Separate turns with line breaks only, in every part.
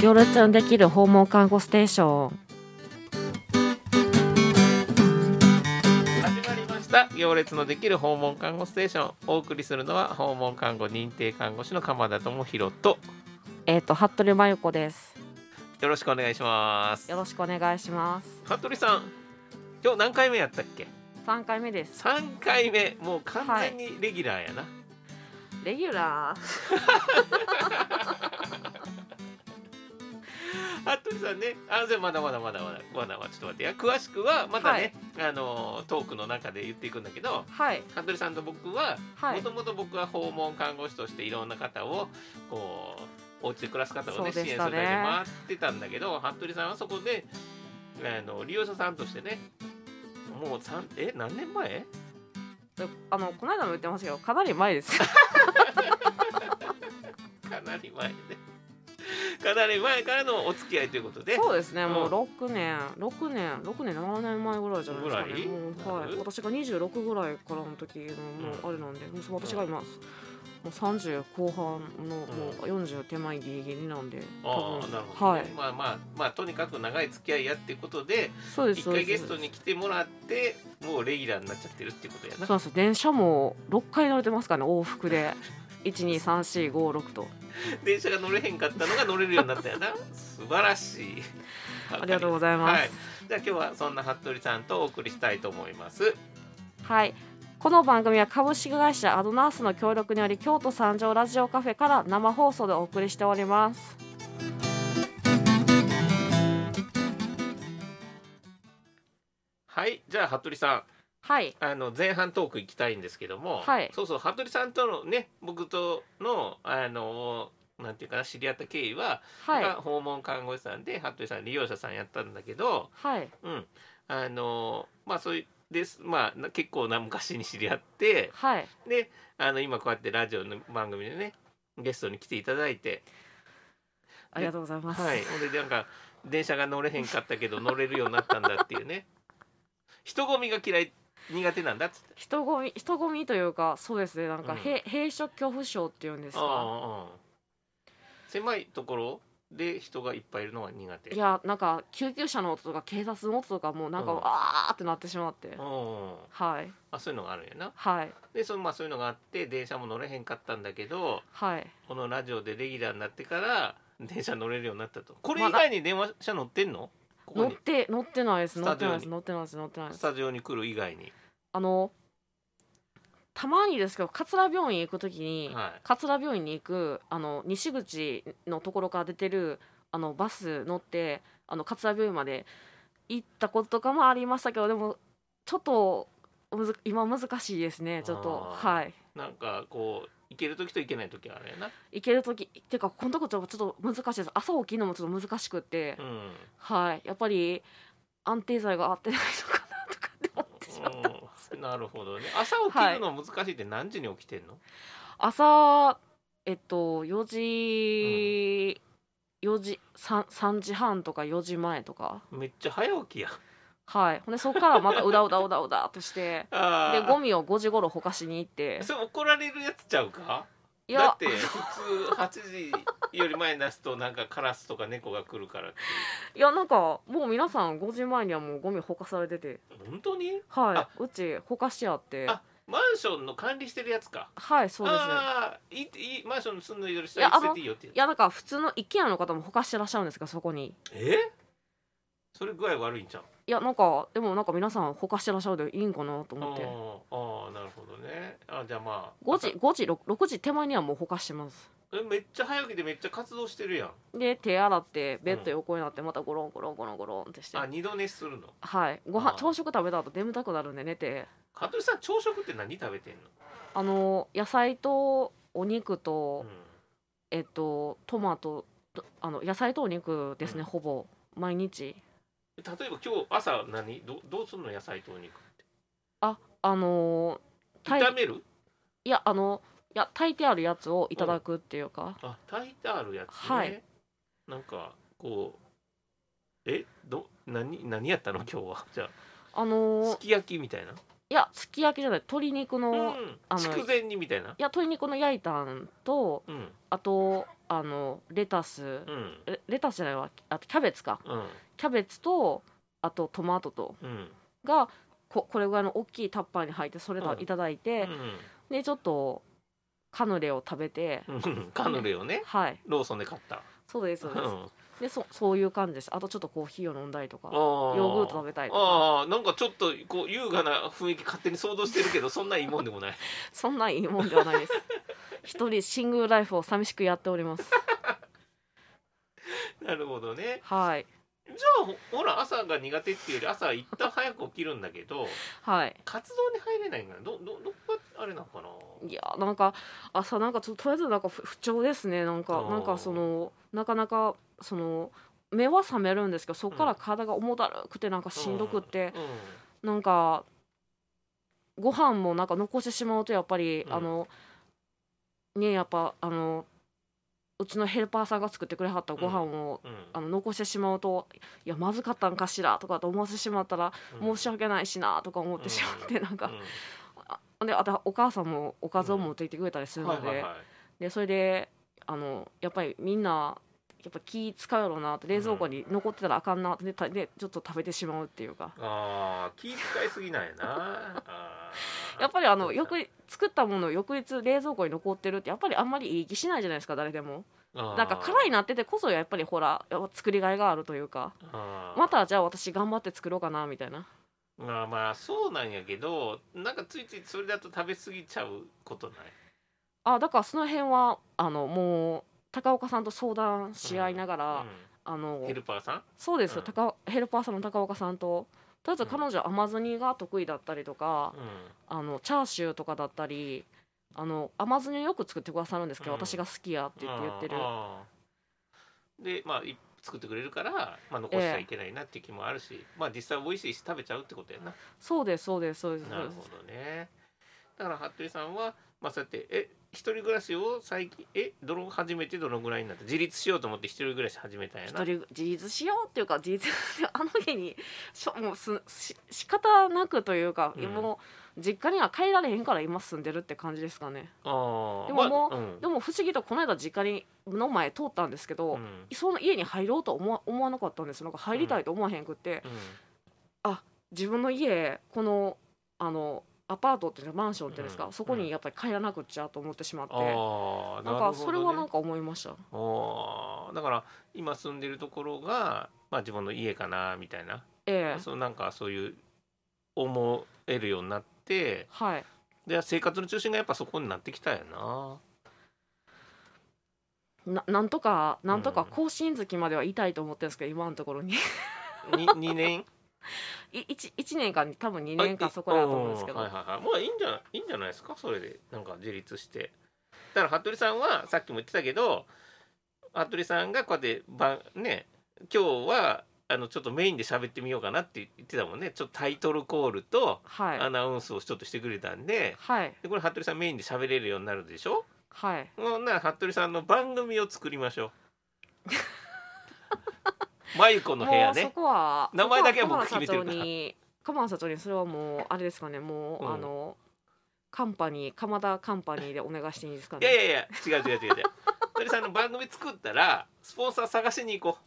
行列のできる訪問看護ステーション
始まりました行列のできる訪問看護ステーションお送りするのは訪問看護認定看護師の鎌田智弘と
えっ、と服部真由子です
よろしくお願いします
よろしくお願いします
服部さん今日何回目やったっけ
3回目です
3回目もう完全にレギュラーやな、
レギュラー
服部さんねあじゃあまだまだまだまだまだまだちょっと待ってや詳しくはまたね、あのトークの中で言っていくんだけど
はい
服部さんと僕は
は
も
い
ともと僕は訪問看護師としていろんな方をこうお家で暮らす方を
そう
ね
で
支
し
援する
たね
だけで回ってたんだけど服部さんはそこであの利用者さんとしてねもう三え何年前
あのこの間も言ってましたけどかなり前です
かなり前で、 かなり前からのお付き合いということで
そうですねもううん6年6年6年7年前ぐらいじゃないですかね
ぐらい
もうは
ないる
私が26ぐらいからの時のもうあれなんで、もう私が今、もう30後半のもう40手前ギリギリなんで
あ
多
あ
分
なるほど、ね
はい
まあまあまあとにかく長い付き合いやっていうことで
そうです
一
そうで
回
す
ゲストに来てもらってもうレギュラーになっちゃってるっていうことやな
そうなんですよ電車も6回乗れてますからね往復で123456と
電車が乗れへんかったのが乗れるようになったよな素晴らしい
ありがとうご
ざい
ざいます
はい、じゃあ今日はそんな服部さんとお送りしたいと思います
はいこの番組は株式会社アドナースの協力により京都三条ラジオカフェから生放送でお送りしております
はいじゃあ服部さん
はい
あの前半トーク行きたいんですけども、
はい
そうそう服部さんとのね僕とのあのなんていうかな知り合った経緯は、
はい
が訪問看護師さんで服部さん利用者さんやったんだけど、
はい
うん、あのまあそういうですまあな結構な昔に知り合って
はい
であの今こうやってラジオの番組でねゲストに来ていただいて
ありがとうございます
はいほんでなんか電車が乗れへんかったけど乗れるようになったんだってい うね人混みが嫌い苦手なんだっつって
人混み人混みというかそうですねなんか、
うん
へ閉所恐怖症っていうんです
ああ
か
ああ狭いところで人がいっぱいいるのは苦手
いやなんか救急車の音とか警察の音とかもうなんか、
うん
あーってなってしまって、
うん
はい
あそういうのがあるんやな
はい
でそのまあそういうのがあって電車も乗れへんかったんだけど
はい
このラジオでレギュラーになってから電車乗れるようになったとこれ
まあ
以外に電話車乗ってんのここ
乗っ
に
て乗ってないです
ス
乗
タ
って
ジオ
ない
に
です乗ってないです乗ってないで
ス
す
タジオに来る以外に
あのたまにですけど桂病院行く時に、
はい
桂病院に行くあの西口のところから出てるあのバス乗ってあの桂病院まで行ったこととかもありましたけどでもちょっとむず今難しいですねちょっと
あー
はい
なんかこう行ける時と行けない時はあれやな
行ける時っていうかこのとこちょっと難しいです朝起きるのもちょっと難しくって、
うん、うん
はいやっぱり安定剤が合ってないのかなとかって思ってしまった
なるほどね朝起きるの難しいって何時に起きてんの、
朝えっと4時、4時 3, 3時半とか4時前とか
めっちゃ早起きや
はいほんでそこからまたうだうだうだうだっとして
あ
で
ー
ゴミを5時頃ほかしに行って
それ怒られるやつちゃうか
い
だ
や
って普通8時より前に出すとなんかカラスとか猫が来るからって
いやなんかもう皆さん5時前にはもうゴミほかされてて
本当に
は
あ
いうちほかしてあって
あマンションの管理してるやつか
はいそうですね
ああいいいいマンションに住んでる人はい
やあ
つ
の
出ていいよって
いやなんか普通の IKEA の方もほかしてらっしゃるんですかそこに
えそれ具合悪いんじゃん
いやなんかでもなんか皆さんほかしてらっしゃるでいいんかなと
あ
思って
あああなるほどねあじゃあまあ
5時5時 6, 6時手前にはもうほかしてます
朝えめっちゃ早起きでめっちゃ活動してるやん
で手洗ってベッド横になってまたゴロンゴロンゴロンゴロンってして、
あ二度寝するの
はいご飯
あー
朝食食べた後眠たくなるんで寝て
香取さん朝食って何食べてんの、
あの野菜とお肉
う
と
ん、、
えっとトマトとあの野菜とお肉ですね、
うん
ほぼ毎日
例えば今日朝何どどうするの野菜とお肉
あのー炊
炒
い
める
いやあのいや炊いてあるやつをいただくっていうか、
あ炊いてあるやつね、
はい
なんかこうえど何何やったの今日はじゃあ
あの
す
ー
き焼きみたいない
いやすき焼きじゃない鶏肉の、いあの
筑前煮みたいな
や鶏肉の焼いたんと
うん
あとあのレタス
うん
レレタスじゃないわあとキャベツか
うん
キャベツとあとトマトと
うん
がここれぐらいの大きいタッパーに入ってそれ
う
を
ん
いただいて、でちょっとカヌレを食べて、
うんカヌレをね
はい
ローソンで買った
そうですそう
う
です、
ん
でそそういう感じですあとちょっとコーヒーを飲んだりとかヨ
あ
ーグルト食べたりとか
ああなんかちょっとこう優雅な雰囲気勝手に想像してるけどそんないいもんでもない
そんないいもんではないです一人シングルライフを寂しくやっております
なるほどね
はい
じゃあ ほほら朝が苦手っていうより朝は一旦早く起きるんだけ ど
はい
活動に入れないんだどどどこがあれなのかない
やーなんか朝なんかちょっととりあえずなんか不不調ですねなん
あ
か
ー
なんかそのなかなかその目は覚めるんですけどそこから体が重だるくてなんかしんどくって、
うん
なんかご飯もなんか残してしまうとやっぱり、
うん
あのねやっぱあのうちのヘルパーさんが作ってくれはったご飯を、
うんうん
あの残してしまうといやまずかったんかしらとかと思わせてしまったら、
うん
申し訳ないしなとか思ってしまって、なんか、
う
であとお母さんもおかずを持ってきてくれたりす
ん
る
は
の
い
で,、
はいはい
でそれであのやっぱりみんなやっぱ気使うやろうなって冷蔵庫に残ってたらあかんなってでたでちょっと食べてしまうっていうか
ああ気遣いすぎないなあー
やっぱりあのよく作ったものを翌日冷蔵庫に残ってるってやっぱりあんまりいい気しないじゃないですか誰でも
あー
なんか辛いなっててこそやっぱりほらやっぱ作りがいがあるというか
あー
またじゃあ私頑張って作ろうかなみたいな
まあまあそうなんやけどなんかついついそれだと食べ過ぎちゃうことない
あだからその辺はあのもう高岡さんと相談し合いながら、あ
うん
の
ヘルパーさん
そうですよ、
うん
高ヘルパーさんの高岡さんととりあえず彼女は甘酢煮が得意だったりとか、
う
あのチャーシューとかだったりあの甘酢煮よく作ってくださるんですけど、
うん
私が好きやって言って言ってる、
あーでまあい作ってくれるから、まあ、残しちゃいけないなっていう気もあるし、まあ実際美味しいし食べちゃうってことやな、
そうですそうですそうです
な
そう
る
です
ほどねだから服部さんはまあそうやってえ一人暮らしを最近えどの始めてどのぐらいになった自立しようと思って一人暮らし始めたんやな
一人自立しようっていうか自立あの家にしょもうすし仕方なくというか、
うん
もう実家には帰られへんから今住んでるって感じですかね
あー
でももう
まあん
でも不思議とこの間実家にの前通ったんですけど、
うん
その家に入ろうとは思わ思わなかったんですよなんか入りたいと思わへんくって、
う
自分の家このあのアパートっていうかマンションっていうんですか、
うん
そこにやっぱり帰らなくちゃと思ってしまって、
ん、ああ
なんかそれはなん
か
か思いました、
だから今住んでるところが、まあ、自分の家かなみたいな、
ええ
そうなんかそういう思えるようになって
はい
で生活の中心がやっぱそこになってきたよな
ななんとかなんと
う
か
ん
更新月までは痛いと思ってるんですけど今のところに
に2年
い 1, 一年間に多分2年間そこだと思うんですけど、
はいはいはいまあいいんじゃないいいんじゃないですかそれでなんか自立してだから服部さんはさっきも言ってたけど服部さんがこうやってばね今日はあのちょっとメインで喋ってみようかなって言ってたもんねちょっとタイトルコールと
はい
アナウンスをちょっとしてくれたんで,、
はい
でこれ服部さんメインで喋れるようになるでしょ
はい
ほんなら服部さんの番組を作りまし ょうマユコの部
も
屋
うそ
ね
こは
名前だけは僕
そこ
決めてるか
鎌
ら
田社長に鎌田社長にそれはもうあれですかねもう、
うん
あのカンパニー鎌田カンパニーでお願いしていいですか
い
ね
やいやいや違う違う違う違う服部さんの番組作ったらスポンサー探しに行こ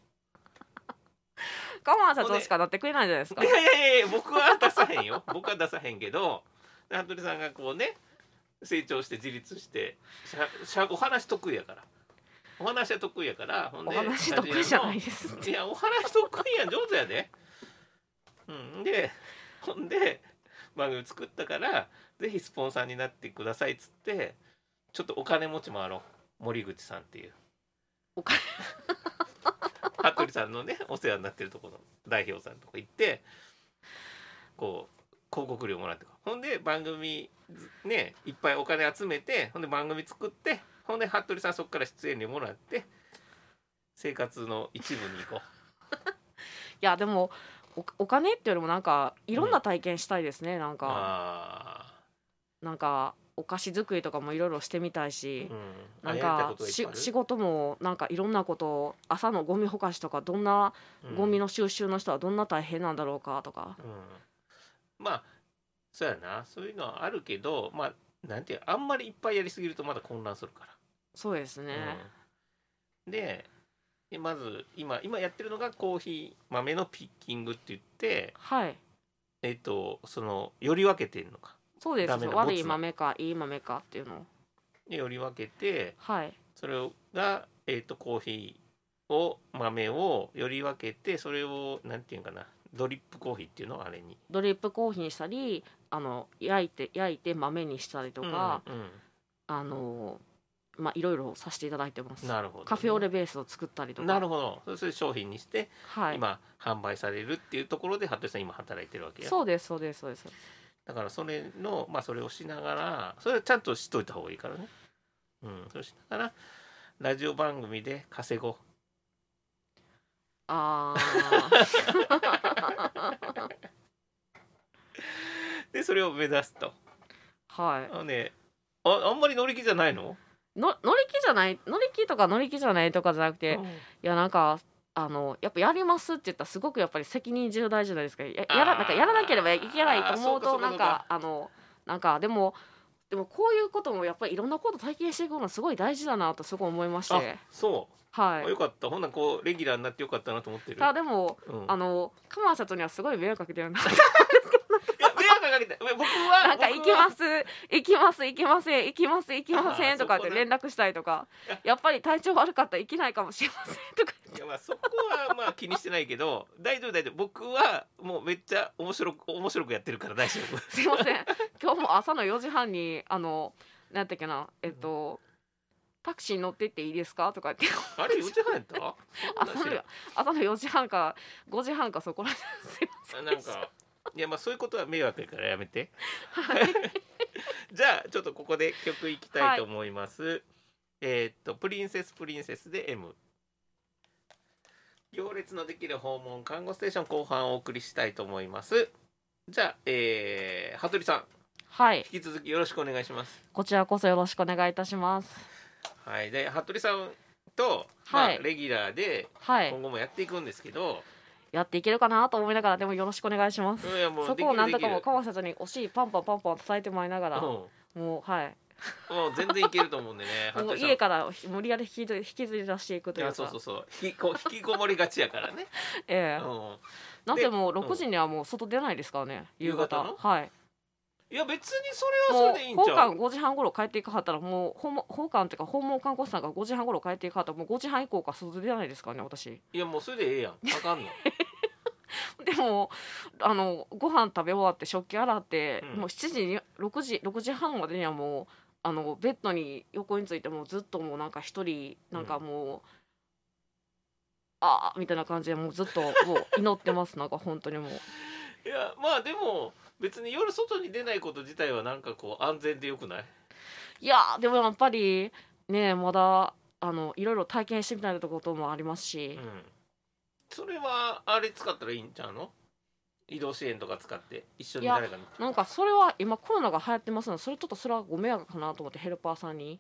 鎌田社長しかなってくれないじゃないです
う
か
いやいやいやいや僕は出さへんよ 僕は出さへんけど服部さんがこうね成長して自立してしゃしゃお話得意やからお話は得意やからほん
お
で
話得意じゃない
い
ですって
いやお話得意やん上手やでうんでほんで番組作ったからぜひスポンサーになってくださいっつってちょっとお金持ちもあろう森口さんっていう
お金
服部さんのねお世話になってるところの代表さんとか行ってこう広告料もらってほんで番組ねいっぱいお金集めてほんで番組作ってほんで服部さんそこから出演料もらって生活の一部に行こ
いやでもおお金っていうよりもなんかいろんな体験したいですね、なん
う
か
あ
なんかお菓子作りとかもいろいろしてみたい
ー
し
う、んあ
なん
やりたい
か
ことがいっぱい
し
ある
仕事もなんかいろんなことを朝のゴミほかしとかどんな
うん
ゴミの収集の人はどんな大変なんだろうかとか、
うんまあそうやなそういうのはあるけどまあなんていうあんまりいっぱいやりすぎるとまだ混乱するか
そうです
ら、
ね、
うんででまず今今やってるのがコーヒー豆のピッキングって言って
はい
えっとそのより分けてるのか
そうです
ダメな
悪
ボ
い
ツ
豆かいい豆かっていうのを
でより分けて
はい
それが、えっとコーヒーを豆をより分けてそれをなんていうんかなドリップコーヒーっていうのをあれに
ドリップコーヒーにしたりあの焼いて焼いて豆にしたりとか、
うんうん
あのまあいろいろさせていただいてます
なるほどね、
カフェオレベースを作ったりとか
なるほどそれそれ商品にして
はい
今販売されるっていうところで服部さん今働いてるわけや
そうですそうですそうです
だからそれのまあそれをしながらそれはちゃんとしといた方がいいからねうんそれしながらラジオ番組で稼ごう
あ ー
でそれを目指すと
は
あのねああんまり乗り気じゃないの、
いの乗り気じゃない乗り気とか乗り気じゃないとかじゃなくて、
う
い
ん
やなんかあのやっぱやりますって言ったらすごくやっぱり責任重大じゃないですかやや
あー
らなんかやらなければいけないと思う
あーそ
と
うか
な
そ
ん
うか
かあのなんかでもでもこういうこともやっぱりいろんなこと体験していくのはすごい大事だなとすごい思いまし
あ
て
そ
は
う、
い
あよかったほんならこうレギュラーになってよかったなと思ってる
ただでも、
うん、い
あの鎌田社長にはすごい迷惑かけてるな
や迷惑かけて僕 は
なんか行
僕
き
は
ます行きます行きません行きます行きませ
あー
んとかっ
そ
て
こね
連絡したりとか
いや
やっぱり体調悪かったら行けないかもしれませんとか
いやまあそこはまあ気にしてないけど大丈夫大丈夫僕はもうめっちゃ面白く面白くやってるから大丈夫
すいません今日も朝の4時半にあのなんやったっけなえっと、タクシーに乗ってっていいですかとか言って
あれ4時半や った
朝の朝の4時半か5時半かそこら辺すい
あ
ませ
なんん
でした
かいやまあそういうことは迷惑やからやめてじゃあちょっとここで曲いきたいと思います、えーっと「プリンセスプリンセス」で M 行列のできる訪問看護ステーション後半をお送りしたいと思いますじゃあ、えー、羽鳥さん
はい
引き続きよろしくお願いします
こちらこそよろしくお願いいたします
はい、で服部さんと、
はい
まあ、レギュラーで
はい
今後もやっていくんですけど、
やっていけるかなと思いながらでもよろしくお願いします
いやもう
そ
で
こ
き
を
る
なん
で
と
き
か
る
も川瀬さんにお尻パンパンパンパン叩いてもらいながら、もうはい
うん、もう全然いけると思うんでね
もう
服部さん
家から無理やり引きずり引きずり出していくと
い
いう
や
か
そうそうそう引きこ 引きこもりがちやからね、う
ええ
ん、
なん
で
でもう6時にはもう外出ないですからね夕方
夕方の
はい
いや別にそれは
も
それでいいん
う奉
ちゃ
還
う
5時半頃帰っていかはったらもう訪問奉還っていうか訪問看護師さんが5時半頃帰っていかはったらもう5時半以降から外出ないですからね私
いやもうそれでええやんあ かんの
でもあのご飯食べ終わって食器洗って、
うん
もう7時に6時6時半までにはもうあのベッドに横についてもうずっともうなんか一人なんかもう、ああみたいな感じでもうずっともう祈ってますなんか本当にもう
いやまあでも別に夜外に出ないこと自体はなんかこう安全でよくない
いやーでもやっぱりねまだあのいろいろ体験してみたいなこともあります
う
し
ん、それはあれ使ったらいいんちゃうの移動支援とか使って一緒に誰かに
なんかそれは今コロナが流行ってますのでそれちょっとそれはご迷惑かなと思ってヘルパーさんに、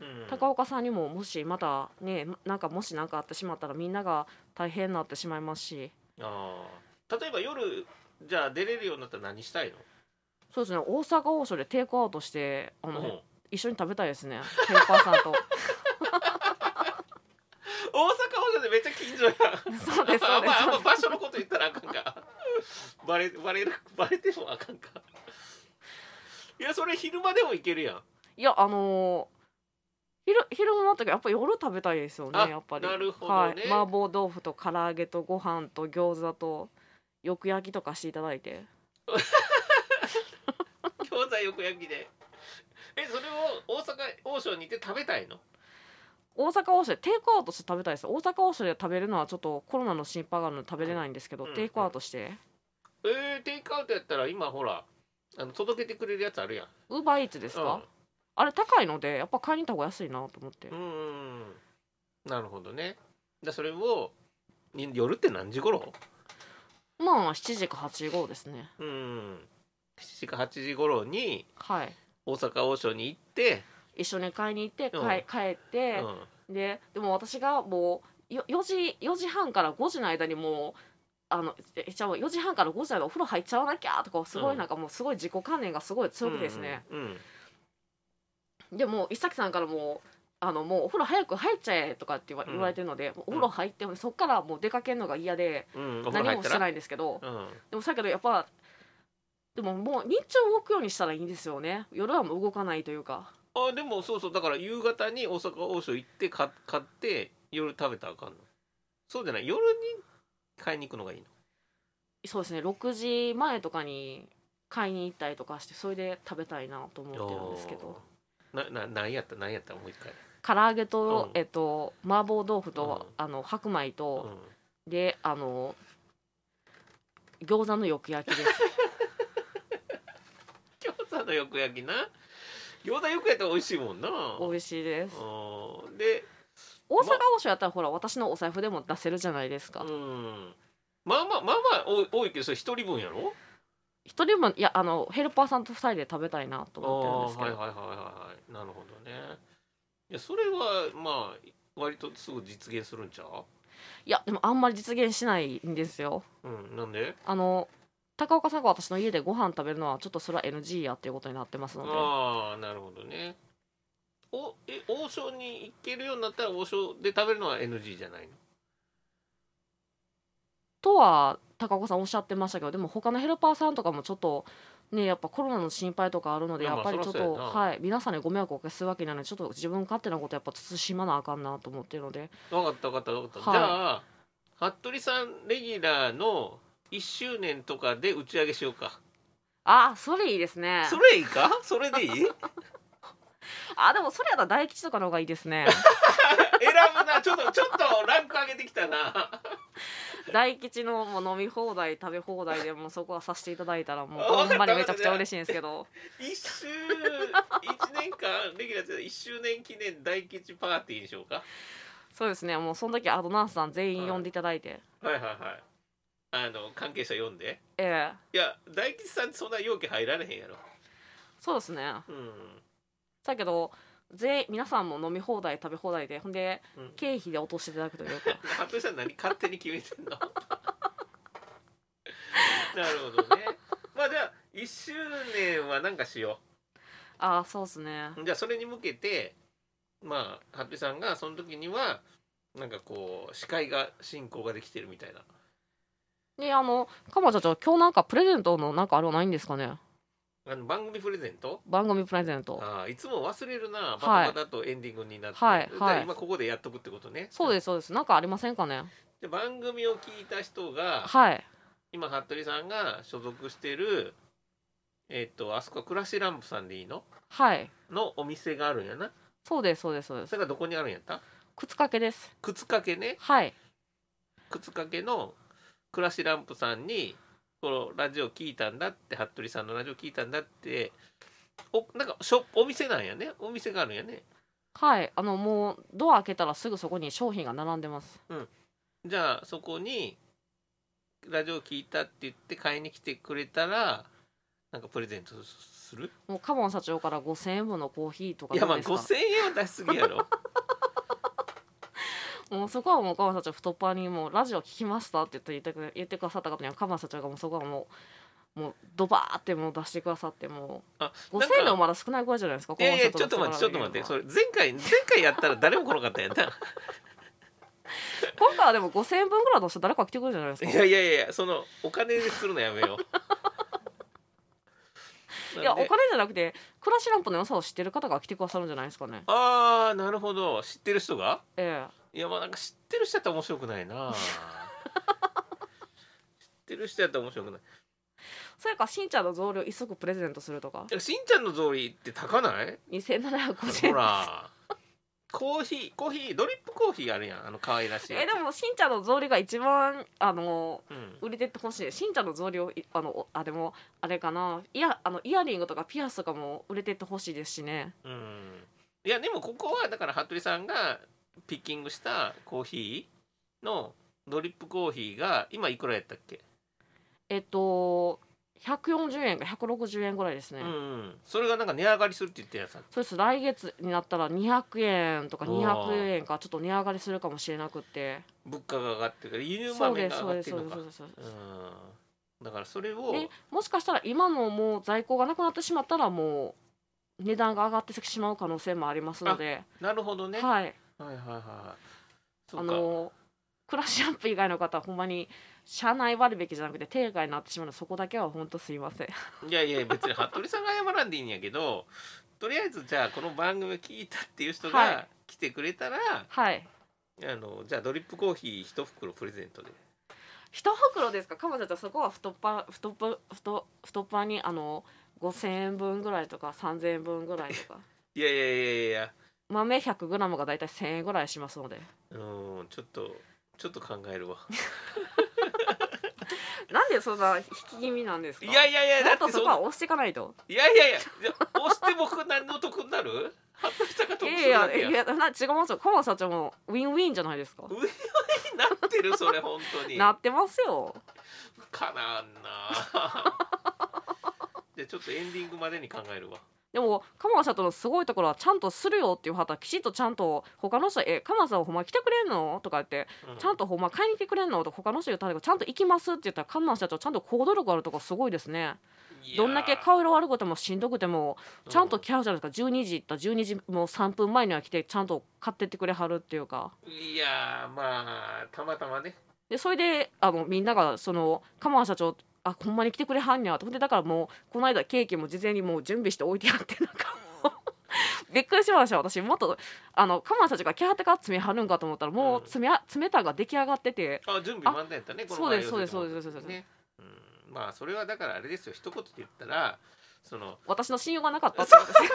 うん
高岡さんにももしまたねなんかもし何かあってしまったらみんなが大変になってしまいますし
ああ例えば夜じゃあ出れるようになったら何したいの
そうですね大阪王将でテイクアウトしてあの、
うん
一緒に食べたいですねヘルパーさ んと
大阪王将でめっちゃ近所や
そうですそうです
あんまあ
そ
ん
う
ま場所のこと言ったらあかんかバレバレるバレてもあかんかいやそれ昼間でもいけるやん
いやあのー昼昼間とかやっぱ夜食べたいですよね
あ
やっぱり
なるほ
は
ど
い
ね、
麻婆豆腐と唐揚げとご飯と餃子とよく焼きとかしていただいて
餃子よく焼きでえそれを大阪王将に行って食べたいの
大阪王将でテイクアウトして食べたいです大阪王将で食べるのはちょっとコロナの心配があるので食べれないんですけど、
うん
テイクアウトして
えー、テイクアウトやったら今ほらあの届けてくれるやつあるやん
ウーバーイーツですか、あれ高いのでやっぱ買いに行った方が安いなと思って、
うん、うんうんうんなるほどねだそれをに夜って何時頃
まあ7時か8時頃ですね
うん7時か8時頃に
はい
大阪王将に行って、
一緒に買いに行って、
うん
帰帰って、ででも私がもうよ4時4時半から5時の間にもうあのえじゃあもう4時半から5時までお風呂入っちゃわなきゃとかすご
う
い
ん
なんかもうすごい自己観念がすごい強くてですね、
うんうん
でもう石崎さんからもうあのもうお風呂早く入っちゃえとかって言わ,、
うん
言われてるのでもうお風呂入ってそっからもう出かけるのが嫌で
うん、お風呂
何
入っ
も
た
して
ら
ないんですけど
うん
でもさっきのやっぱでももう日中動くようにしたらいいんですよね夜はもう動かないというか
あでもそうそうだから夕方に大阪王将行ってか買って夜食べたらあかんのそうじゃない夜に買いに行くのがいいの
そうですね6時前とかに買いに行ったりとかしてそれで食べたいなと思ってるんですけど
なな何やった何やったもう一回、
唐揚げと、
うん
えっと麻婆豆腐と、
うん
あの白米
うん
と、であの餃子のよく焼きです
餃子のよく焼きな餃子よく焼いたら美味しいもんな
美味しいです
うんで
大阪王将やったらほら私のお財布でも出せるじゃないですか
うんまあまあまあまあ多い多いけどそれ一人分やろ
一人分いやあのヘルパーさんと二人で食べたいなと
あ
思ってるんですけ
ー
ど、
はいはいはいはいはいなるほどねいやそれはまあ割とすぐ実現するんちゃ
いやでもあんまり実現しないんですよ
ううんなんで
あの高岡さんが私の家でご飯食べるのはちょっとそれは NG やっていうことになってますので
ああなるほどねおえ王将に行けるようになったら王将で食べるのは NG じゃないの
とは高岡さんおっしゃってましたけどでも他のヘルパーさんとかもちょっとねやっぱコロナの心配とかあるので
いや
やっぱり
まあ
ちょっ
そらそ
と、
うやな
はい、皆さんにご迷惑をおかけするわけなのでちょっと自分勝手なことやっぱ慎まなあかんなと思ってるので
分かった分かった分かった、
はい
じゃあ服部さんレギュラーの1周年とかで打ち上げしようか
あそれいいですね
それいいかそれ でいい選
あでもそれやったら大吉とかの方がいいです ね
ぶなちょっとちょっとランク上げてきたな
大吉のもう飲み放題食べ放題でもうそこはさせていただいたらもう
あわかっ
ほ
た
んまにめちゃくちゃ嬉しいんですけど
1周1年間レギュラーって1周年記念大吉パーティーにしようか
そうですねもうその時アドナンスさん全員呼んでいただいて、
はいはいはいあの関係者読んで
ええ
いや大吉さんってそんな容器入られへんやろ
そうですね
うん
だけど全員皆さんも飲み放題食べ放題でほんで
うん
経費で落としていただくというか
服部さん何勝手に決めてん のなるほどねまあじゃあ1周年は何かしよ
ああそうですね
うじゃあそれに向けてまあ服部さんがその時にはなんかこう司会が進行ができてるみたいな
であのかまちゃちょ今日なんかプレゼントのなんかあれはないんですかね
あの番組プレゼント
番組プレゼント
ああいつも忘れるな
は
バ
い
タバタとエンディングになって、
はい
だから
はい
今ここでやっとくってことね
そうですすそうですなんかありませんかね
で番組を聞いた人が
はい
今服部さんが所属してるえっ、とあそこは暮らしランプさんでいいの
はい
のお店があるんやな
そうですそうですそうで
そ
す
れがどこにあるんやった
靴掛けです
靴掛けね
はい
靴掛けの暮らしランプさんにこのラジオ聞いたんだって服部さんのラジオ聞いたんだっておなんかショップお店なんやねお店があるんやね
はいあのもうドア開けたらすぐそこに商品が並んでます
じゃあそこにラジオ聞いたって言って買いに来てくれたらなんかプレゼントする
もうカモン社長から5000円分のコーヒーとか
いや
ど
ま
う
あ
ですか
5,000円は出しすぎやろ
もうそこはもう鎌社長太っ腹にもうラジオ聞きましたって言って言ってく言ってくださった方には鎌社長がもうそこはもうもうドバーってもう出してくださっても
あ
う
なんか
5000円のまだ少ないぐらいじゃないですか
いやいやちょっと待ってちょっと待ってそれ前回前回やったら誰も来なかったやんな
今回はでも5000円分ぐらい出したら誰か来てくれるじゃないですか
いやいやいや そのお金でするのやめよう
いやお
なん
金
で
じゃなくて暮らしランプの良さを知ってる方が来てくださるんじゃないですかね
ああなるほど知ってる人が
え
いやまあなんか知ってる人やったら面白くない な知ってる人やったら面白くない
えそれかしんちゃんの増量一足プレゼントするとか
いやしんちゃんの通りって高ない
2750円
ほら コーヒーコーヒードリップコーヒーあるやんあの可愛らしいやつ
えでもしんちゃんの増量が一番あの
うん
売れてってほしいしんちゃんの増量いあのおあれもあれかなイヤあのイヤリングとかピアスとかも売れてってほしいですしね
うんいやでもここはだから服部さんがピッキングしたコーヒーのドリップコーヒーが今いくらやったっけ
えっと140円か160円ぐらいですね、
うん、それがなんか値上がりするって言ってるやつだ
そうです来月になったら200円とか200円かちょっと値上がりするかもしれなくて
物価が上がってるから輸入
そう
豆
です
が
そう
上が
で
っ
す
て
そ
る
う
の
ですそ
か
うですそうです
うんだからそれを
でもしかしたら今のもう在庫がなくなってしまったらもう値段が上がってしまう可能性もありますので、
なるほどね、はい、
はい
はいはいはいそ
あ
うか
のクラッシュアップ以外の方はほんまに社内割引じゃなくて定価になってしまうのでそこだけは本当すいません
いやいや別に服部さんが謝らんでいいんやけどとりあえずじゃあこの番組を聞いたっていう人
は
が来てくれたら、
はい
あのじゃあドリップコーヒー一袋プレゼントで
一袋ですかかもちゃんそこは太っぱ太っぱ太太っぱにあの5,000円分ぐらいとか3,000円分ぐらい とか
いやいやいやいや
豆 100g がだいたい1,000円ぐらいしますので
うんちょっとちょっと考えるわ
なんでそんな引き気味なんですか
いやいやいや
も
だ
っと
って
そ
そん
こは押していかないと
いやいやいやいや押して僕何の得になる服部さんが
い
得
や
す
い
るだ
や
けや
いやな違いますよコモ社長もウィンウィンじゃないですか
上になってるそれ本当に
なってますよ
かなんな じゃあちょっとエンディングまでに考えるわ
でも鎌田社長のすごいところはちゃんとするよっていう方はきちっとちゃんと他の人「え鎌田さんほんま来てくれんの?」とか言って
う
「ちゃんとほんま買いに来てくれんの?」とか他の人言ったら「ちゃんと行きます」って言ったら鎌田社長ちゃんと行動力あるとかすごいですね
いやー
どんだけ顔色悪くてもしんどくてもちゃんと
う
来はるじゃないですか12時行った12時もう3分前には来てちゃんと買ってってくれはるっていうか
いやーまあたまたまね
でそれであのみんながその鎌田社長あほんまに来てくれはんにゃと思ってだからもうこの間ケーキも事前にもう準備して置いてあってなんかもう びっくりしました私もっとあの鎌田社長が来はってから詰めはるんかと思ったらもう詰め,、詰めたが出来上がってて
あ準備万端やったねこの
そうです
前
そうですそうですそうですそうです
ねうんまあそれはだからあれですよ一言で言ったらその
私の信用がなかったってことです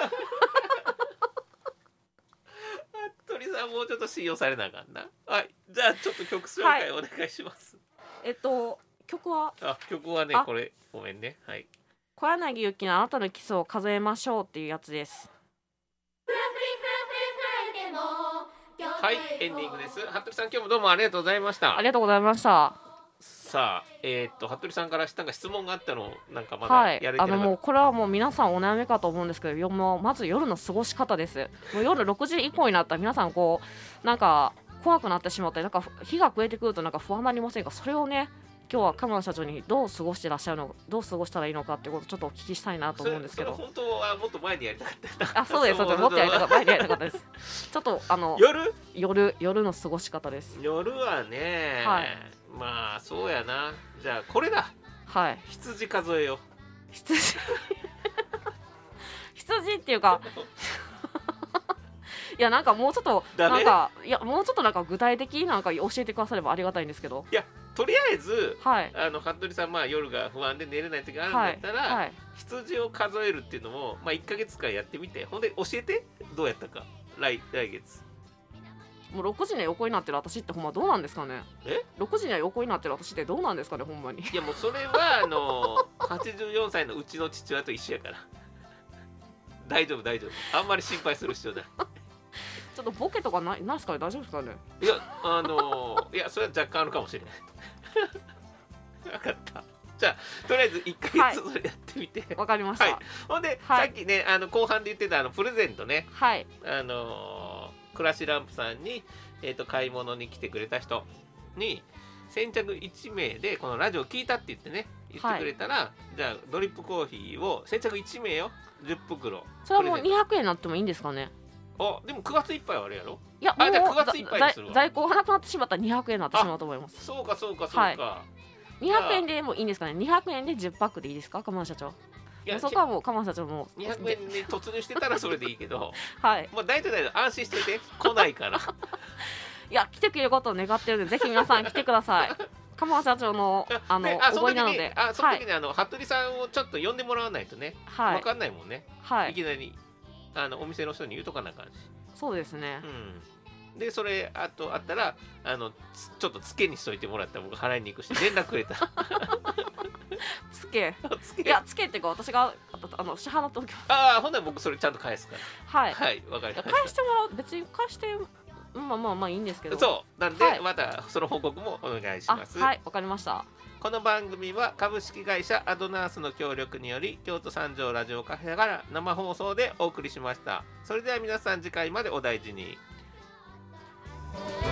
鳥さんもうちょっと信用されなあかんなはいじゃあちょっと曲紹介お願いします、
えっと曲は
あ曲はね
あ
これごめんねはい
「小柳ゆきのあなたのキスを数えましょう」っていうやつです
はいエンディングです服部さん今日もどうもありがとうございました
ありがとうございました
さあえーっと服部さんからなんか質問があったのをなんかまだ
は
やれて
い、
なか
あ
った、
のもうこれはもう皆さんお悩みかと思うんですけどよもうまず夜の過ごし方ですもう夜6時以降になったら皆さんこうなんか怖くなってしまったりなんか日が暮れてくるとなんか不安になりませんかそれをね今日は鎌田社長にどう過ごしてらっしゃるのどう過ごしたらいいのかってことをちょっとお聞きしたいなと
そ
思
れ
うんですけ
そ
ど
れ本当はもっと前にやりたかったな
あそうですそうですもっとやりたかった前にやりたかったですちょっとあの
夜
夜夜の過ごし方です
夜はね、
はい
まあそうやなじゃあこれだ
はい
羊数えよ
羊 羊っていうかいやなんかもうちょっと
ダ
な
メ
んかいやもうちょっとなんか具体的になんか教えてくださればありがたいんですけど
とりあえず
はい
あの服部さんまあ夜が不安で寝れない時があるんだ
はい
ったら、
はい
羊を数えるっていうのもまあ1か月間やってみてほんで教えてどうやったか来来月
もう6時に横になってる私ってほんまどうなんですかね
え
6時には横になってる私ってどうなんですかねほんまに
いやもうそれはあの84歳のうちの父親と一緒やから大丈夫大丈夫あんまり心配する必要ない
ちょっとボケとかないないですかね大丈夫ですかね
いやあのいやそれは若干あるかもしれない分 かったじゃあとりあえず1
は
か
い
月それやってみて、
わかりました
はいほんで、
はい
さっきねあの後半で言ってたあのプレゼントね
はい
あのー、クラシランプさんに、えー、と買い物に来てくれた人に先着1名でこのラジオ聞いたって言ってね言ってくれたら、じゃあドリップコーヒーを先着1名よ10袋
それはもう
プレゼン
200円になってもいいんですかね
トあでも9月いっぱいはあれやろ
いやも
あ
う
じゃあ9
ざ
月いっぱいにするわ
在在庫がなくなってしまったら200円になってしまうと思います
そうかそうかそうか、、
はい200円でもいいんですかね200円で10パックでいいですか鎌田社長
や
そこはもう鎌田社長も
200円に突入してたらそれでいいけど
はい
まあ大体大丈夫安心してて来ないから
いや来てくれることを願ってるんでぜひ皆さん来てくだ さい鎌田社長の あの
でそ
覚えなの
時に
で
あその
は
時
い
に、あの服部さんをちょっと呼んでもらわないとね、
は
分
い
かんないもんね、、
はいい
きなりあのお店の人に言うとかなあかんし、
そうですね
うん、でそれあとあったらあのつちょっとつけにしといてもらったら僕払いに行くし連絡くれた ら
つけ
つけ
いやつけっていうか私があとあの支払っておきます
ああほんなら僕それちゃんと返すから
はい
はいわ、かりまし
返してもらう別に返してまあまあまあいいんですけど
た
う
そうなんで、
はい
またその報告もお願いし
あ
ます、
はいわかりました
ここの番組は株式会社アドナースの協力により京都三条ラジオカフェから生放送でお送りしましたそれでは皆さん次回までお大事に
「